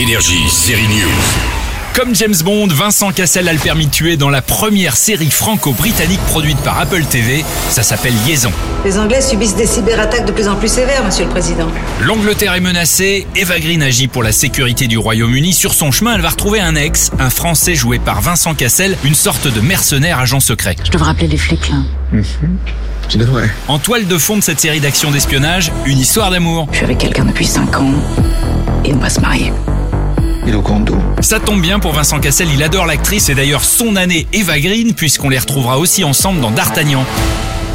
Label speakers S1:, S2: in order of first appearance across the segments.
S1: Énergie, série News.
S2: Comme James Bond, Vincent Cassel a le permis de tuer dans la première série franco-britannique produite par Apple TV. Ça s'appelle Liaison.
S3: Les Anglais subissent des cyberattaques de plus en plus sévères, Monsieur le Président.
S2: L'Angleterre est menacée, Eva Green agit pour la sécurité du Royaume-Uni. Sur son chemin, elle va retrouver un ex, un Français joué par Vincent Cassel, une sorte de mercenaire agent secret.
S4: Je devrais appeler les flics là.
S5: Tu devrais.
S2: En toile de fond de cette série d'action d'espionnage, une histoire d'amour.
S4: Je suis avec quelqu'un depuis 5 ans et on va se marier.
S5: Il est au courant de tout.
S2: Ça tombe bien pour Vincent Cassel, il adore l'actrice et d'ailleurs son année Eva Green, puisqu'on les retrouvera aussi ensemble dans D'Artagnan.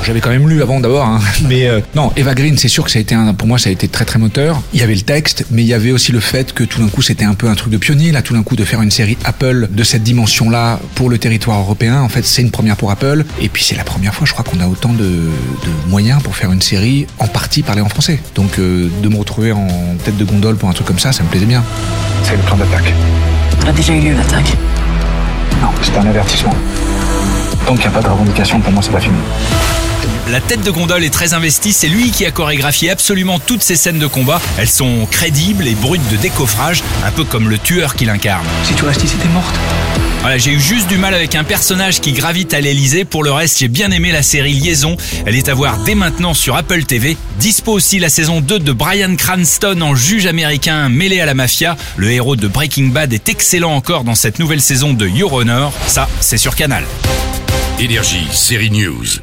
S6: J'avais quand même lu avant d'abord, hein. mais euh, non, Eva Green, c'est sûr que ça a été un, pour moi, ça a été très très moteur. Il y avait le texte, mais il y avait aussi le fait que tout d'un coup, c'était un peu un truc de pionnier, là, tout d'un coup, de faire une série Apple de cette dimension-là pour le territoire européen. En fait, c'est une première pour Apple, et puis c'est la première fois, je crois, qu'on a autant de, de moyens pour faire une série en partie parlée en français. Donc, euh, de me retrouver en tête de gondole pour un truc comme ça, ça me plaisait bien.
S5: C'est le plan d'attaque.
S4: Elle a déjà eu lieu l'attaque.
S5: Non, c'est un avertissement. Tant qu'il n'y a pas de revendication, pour moi, c'est pas fini.
S2: La tête de gondole est très investie, c'est lui qui a chorégraphié absolument toutes ces scènes de combat. Elles sont crédibles et brutes de décoffrage, un peu comme le tueur qu'il incarne.
S5: Si tu restes ici, t'es morte.
S2: Voilà, j'ai eu juste du mal avec un personnage qui gravite à l'Elysée. Pour le reste, j'ai bien aimé la série Liaison. Elle est à voir dès maintenant sur Apple TV. Dispo aussi la saison 2 de Brian Cranston en juge américain mêlé à la mafia. Le héros de Breaking Bad est excellent encore dans cette nouvelle saison de Your Honor. Ça, c'est sur Canal.
S1: Énergie, série News.